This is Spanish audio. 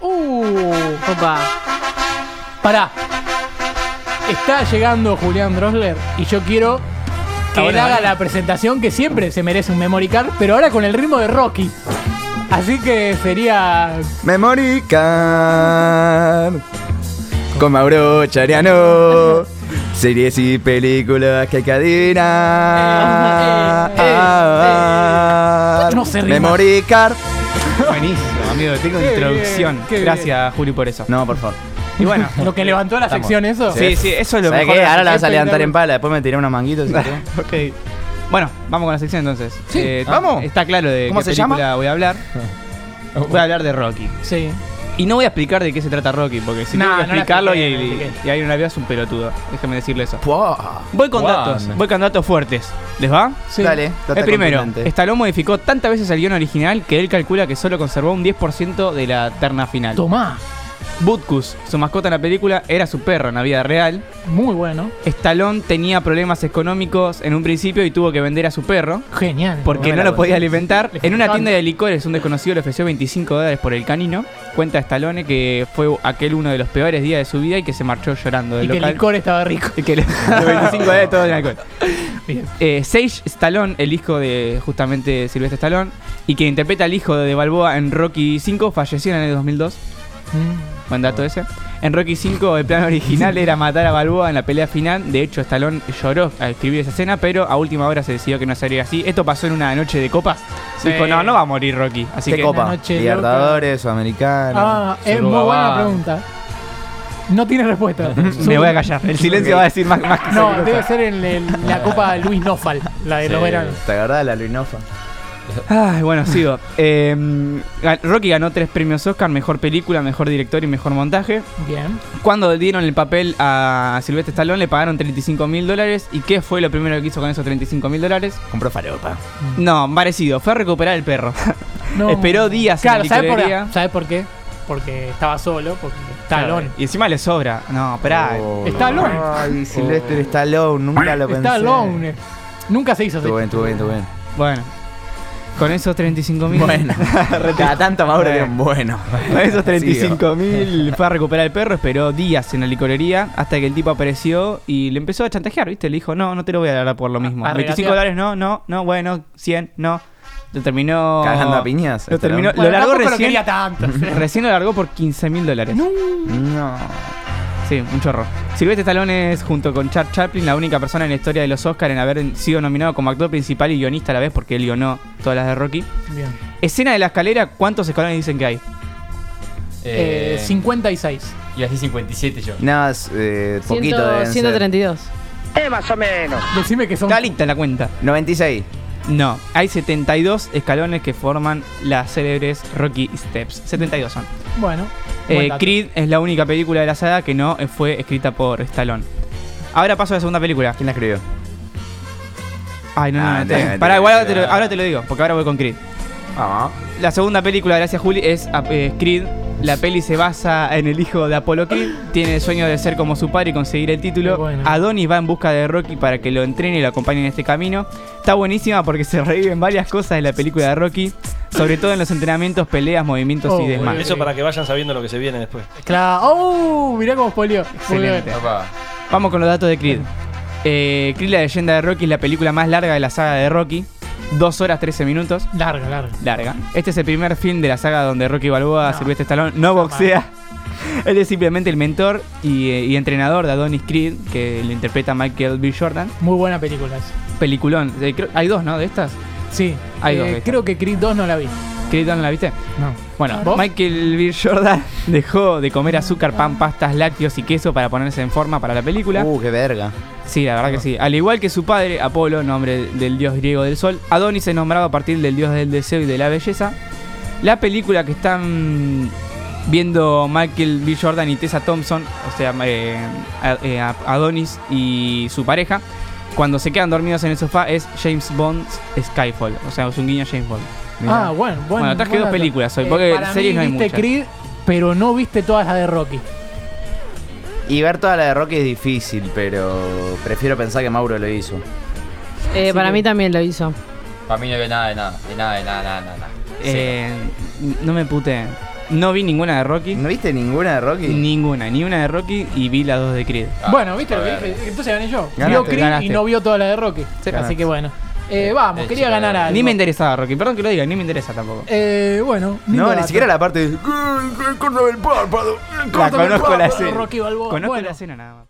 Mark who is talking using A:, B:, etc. A: Uh, Opa. Pará. Está llegando Julián Drosler y yo quiero que
B: Ahora,
A: él haga
B: ahora.
A: la presentación que siempre se merece un memory card, pero ahora con el ritmo de Rocky. Así que sería.
C: Memory Card con Mauro Chariano. Series y películas que hay que adivinar. Ah,
A: Eh, eh, eh. No se rima.
C: Memory Card.
B: Buenísimo, amigo. Tengo
A: Qué
B: introducción.
A: bien, qué bien.
B: Gracias, Juli, por eso.
C: No, por favor.
B: Y bueno.
A: Lo que levantó la
C: Estamos.
A: sección, eso.
B: Sí, sí, eso es lo
C: ¿Sabes
B: mejor.
C: qué? Ahora la vas a
A: Espectacular.
C: levantar en pala, después me tiré unos manguitos. ¿sí?
B: Ok. Bueno, vamos con la sección entonces. Eh,
A: Sí.
C: Ah. ¿Vamos?
B: Está claro de
C: ¿Cómo
B: qué
C: se
B: película
C: llama?
B: voy a hablar. Voy a hablar de Rocky.
A: Sí.
B: Y no voy a explicar de qué se trata Rocky, porque si
A: No,
B: tengo que
A: no la
B: explicarlo y,
A: expliqué, no la expliqué.
B: y alguien la vea es un pelotudo. Déjame decirle eso.
C: Puah.
B: Voy con
D: Juan.
B: datos, voy con datos fuertes. ¿Les va?
A: sí.
C: Dale, trata
B: el primero,
C: contundente.
B: Stallone modificó tantas veces el guión original que él calcula que solo conservó un 10% de la terna final.
A: Tomá.
B: Butkus, su mascota en la película, era su perro en la vida real.
A: Muy bueno.
B: Stallone tenía problemas económicos en un principio y tuvo que vender a su perro
A: Genial.
B: porque
C: Buena
B: no lo
C: la
B: podía
C: buena.
B: alimentar.
A: Le
B: En una
A: faltaban-
B: tienda de licores, un desconocido le ofreció 25 dólares por el canino. Cuenta Stallone que fue aquel uno de los peores días de su vida y que se marchó llorando del
A: y que el
B: local.
A: licor estaba rico.
B: Y que le- los 25 dólares todo en alcohol.
A: Bien.
B: Eh, Sage Stallone, el hijo de justamente Silvestre Stallone, y quien interpreta al hijo de Balboa en Rocky 5, falleció en el 2002.
A: Mm.
B: Buen dato ese. En Rocky 5 el plan original era matar a Balboa en la pelea final. De hecho, Stallone lloró al escribir esa escena, pero a última hora se decidió que no sería así. Esto pasó en una noche de copas.
A: Sí.
B: Dijo, no, no va a morir Rocky. Así
C: ¿Qué
B: que
C: copa?
A: Una noche loca.
C: Libertadores, Sudamericanos.
A: Ah, es
D: Yoruba
A: muy buena
D: va.
A: pregunta. No tiene respuesta.
B: me voy a callar. El silencio
C: Ok.
B: va a decir más, más que
A: No,
B: seguro.
A: debe ser en el- la Copa Luis Nofal, la de los
D: Sí.
A: veranos.
C: ¿Te acordás de la Luinofa?
B: Ay, bueno, sigo. Eh, gan- Rocky ganó tres premios Oscar, mejor película, mejor director y mejor montaje.
A: Bien.
B: Cuando dieron el papel a Silvestre Stallone le pagaron 35 mil dólares. ¿Y qué fue lo primero que hizo con esos 35 mil dólares?
C: Compró faropa.
B: No, parecido, fue a recuperar el perro.
A: No.
B: Esperó días en
A: Claro,
B: la
A: ¿sabes por,
B: licorería.
A: ¿sabes por qué? Porque estaba solo, porque talón.
B: Y encima le sobra. No, esperá.
A: Stallone.
C: Ay, Oh. Silvestre Stallone, nunca Ah, lo pensé.
A: Está alone. Nunca se hizo así.
C: Estuvo bien, estuvo bien, estuvo bien.
B: Bueno. Con esos 35 mil.
C: Bueno. Cada tanto Mauro
B: Bueno.
C: bien bueno.
B: Con esos 35 mil fue a recuperar el perro, esperó días en la licorería hasta que el tipo apareció y le empezó a chantajear, ¿viste? Le dijo, no, no te lo voy a dar por lo mismo.
A: a
B: 25
A: regatear.
B: dólares, no, no, no, bueno, 100, no. Lo terminó...
C: Cagando a piñas.
B: Lo
C: Stallone.
B: terminó-
A: Bueno,
B: lo largó
A: tampoco
B: recién.
A: quería tanto.
B: Recién lo largó por 15 mil dólares.
A: No.
C: No.
B: Sí, un chorro. Silvestre Stallone es, junto con Charles Chaplin, la única persona en la historia de los Oscars en haber sido nominado como actor principal y guionista a la vez, porque él guionó todas las de Rocky.
A: Bien.
B: Escena de la escalera, ¿cuántos escalones dicen que hay?
A: Eh, 56.
D: Y así 57 yo.
C: Nada, es, eh, poquito de.
E: 132.
A: Decime que son.
B: Está lista la cuenta.
C: 96.
B: No, hay 72 escalones que forman las célebres Rocky Steps. 72 son.
A: Bueno. buen
B: Eh,
A: dato.
B: Creed es la única película de la saga que no eh, fue escrita por Stallone. Ahora paso a la segunda película.
C: ¿Quién la escribió?
B: Ay, no, no,
C: Ah,
B: no.
C: te-
B: te-
C: te-
B: Pará, igual ahora te, lo,
C: te-
B: ahora te lo digo, porque ahora voy con Creed.
C: Ah.
B: La segunda película, gracias Juli, es eh, Creed. La peli se basa en el hijo de Apollo Creed. Tiene el sueño de ser como su padre y conseguir el título.
A: Qué bueno.
B: Adonis va en busca de Rocky para que lo entrene y lo acompañe en este camino. Está buenísima porque se reviven varias cosas de la película de Rocky. Sobre todo en los entrenamientos, peleas, movimientos
A: Oh,
B: y demás.
A: bueno.
F: Eso para que vayan sabiendo lo que se viene después.
A: Claro. ¡Oh! Mirá cómo spoileó. Muy bien.
B: Excelente. Vamos con los datos de Creed. Eh, Creed, la leyenda de Rocky, es la película más larga de la saga de Rocky. 2 horas 13 minutos.
A: Larga, larga.
B: larga. Este es el primer film de la saga donde Rocky Balboa,
A: No.
B: Silvestre Stallone, no boxea. Él es simplemente el mentor y, eh, y entrenador de Adonis Creed, que lo interpreta Michael B. Jordan.
A: Muy buena película esa.
B: Peliculón. Eh, creo- hay dos, ¿no? De estas.
A: Sí.
B: Hay dos de
A: eh,
B: estas.
A: creo que Creed 2 no la vi.
B: Creed, ¿no la viste?
A: No.
B: Bueno,
A: ¿Vos?
B: Michael B. Jordan dejó de comer azúcar, pan, pastas, lácteos y queso para ponerse en forma para la película.
C: Uh, qué verga.
B: Sí, la verdad que sí. Al igual que su padre, Apolo, nombre del dios griego del sol, Adonis es nombrado a partir del dios del deseo y de la belleza. La película que están viendo Michael B. Jordan y Tessa Thompson, o sea, eh, a- eh, a- Adonis y su pareja, cuando se quedan dormidos en el sofá es James Bond's Skyfall. O sea, es un guiño a James Bond.
C: Mirá.
A: Ah, bueno, bueno.
B: Bueno, traje
A: buen
B: dos
A: dato.
B: películas hoy, porque
A: para
B: series
A: mí
B: no hay
A: viste
B: muchas.
A: Creed, pero no viste todas las de Rocky.
C: Y ver toda la de Rocky es difícil, pero prefiero pensar que Mauro lo hizo.
E: Eh,
A: Así
E: para
A: que-
E: mí también lo hizo.
D: Para mí no había nada de nada. De nada, de nada, nada, nada. nada.
B: Eh, No me puteen. No vi ninguna de Rocky.
C: ¿No viste ninguna de Rocky?
B: Ninguna, ni una de Rocky y vi las dos de Creed.
C: Ah,
A: bueno, ¿viste lo que
C: joder.
A: dije? Entonces gané yo.
B: Ganaste,
A: vio Creed
B: ganaste.
A: y no vio toda la de Rocky. Así
C: Ganaste.
A: que bueno. Eh, vamos,
F: Eh,
A: quería
F: chica,
A: ganar algo.
B: Ni me interesaba Rocky, perdón que lo diga, ni me interesa tampoco.
A: Eh, bueno. lindo
C: No, ni
A: dato.
C: siquiera la parte de. "Eh, eh, Córtame el párpado. eh,
A: Cortame
C: córtame
A: el
C: el
A: párpado,
C: párpado".
A: Rocky Balboa.
B: Conozco
A: Bueno.
B: la escena nada más.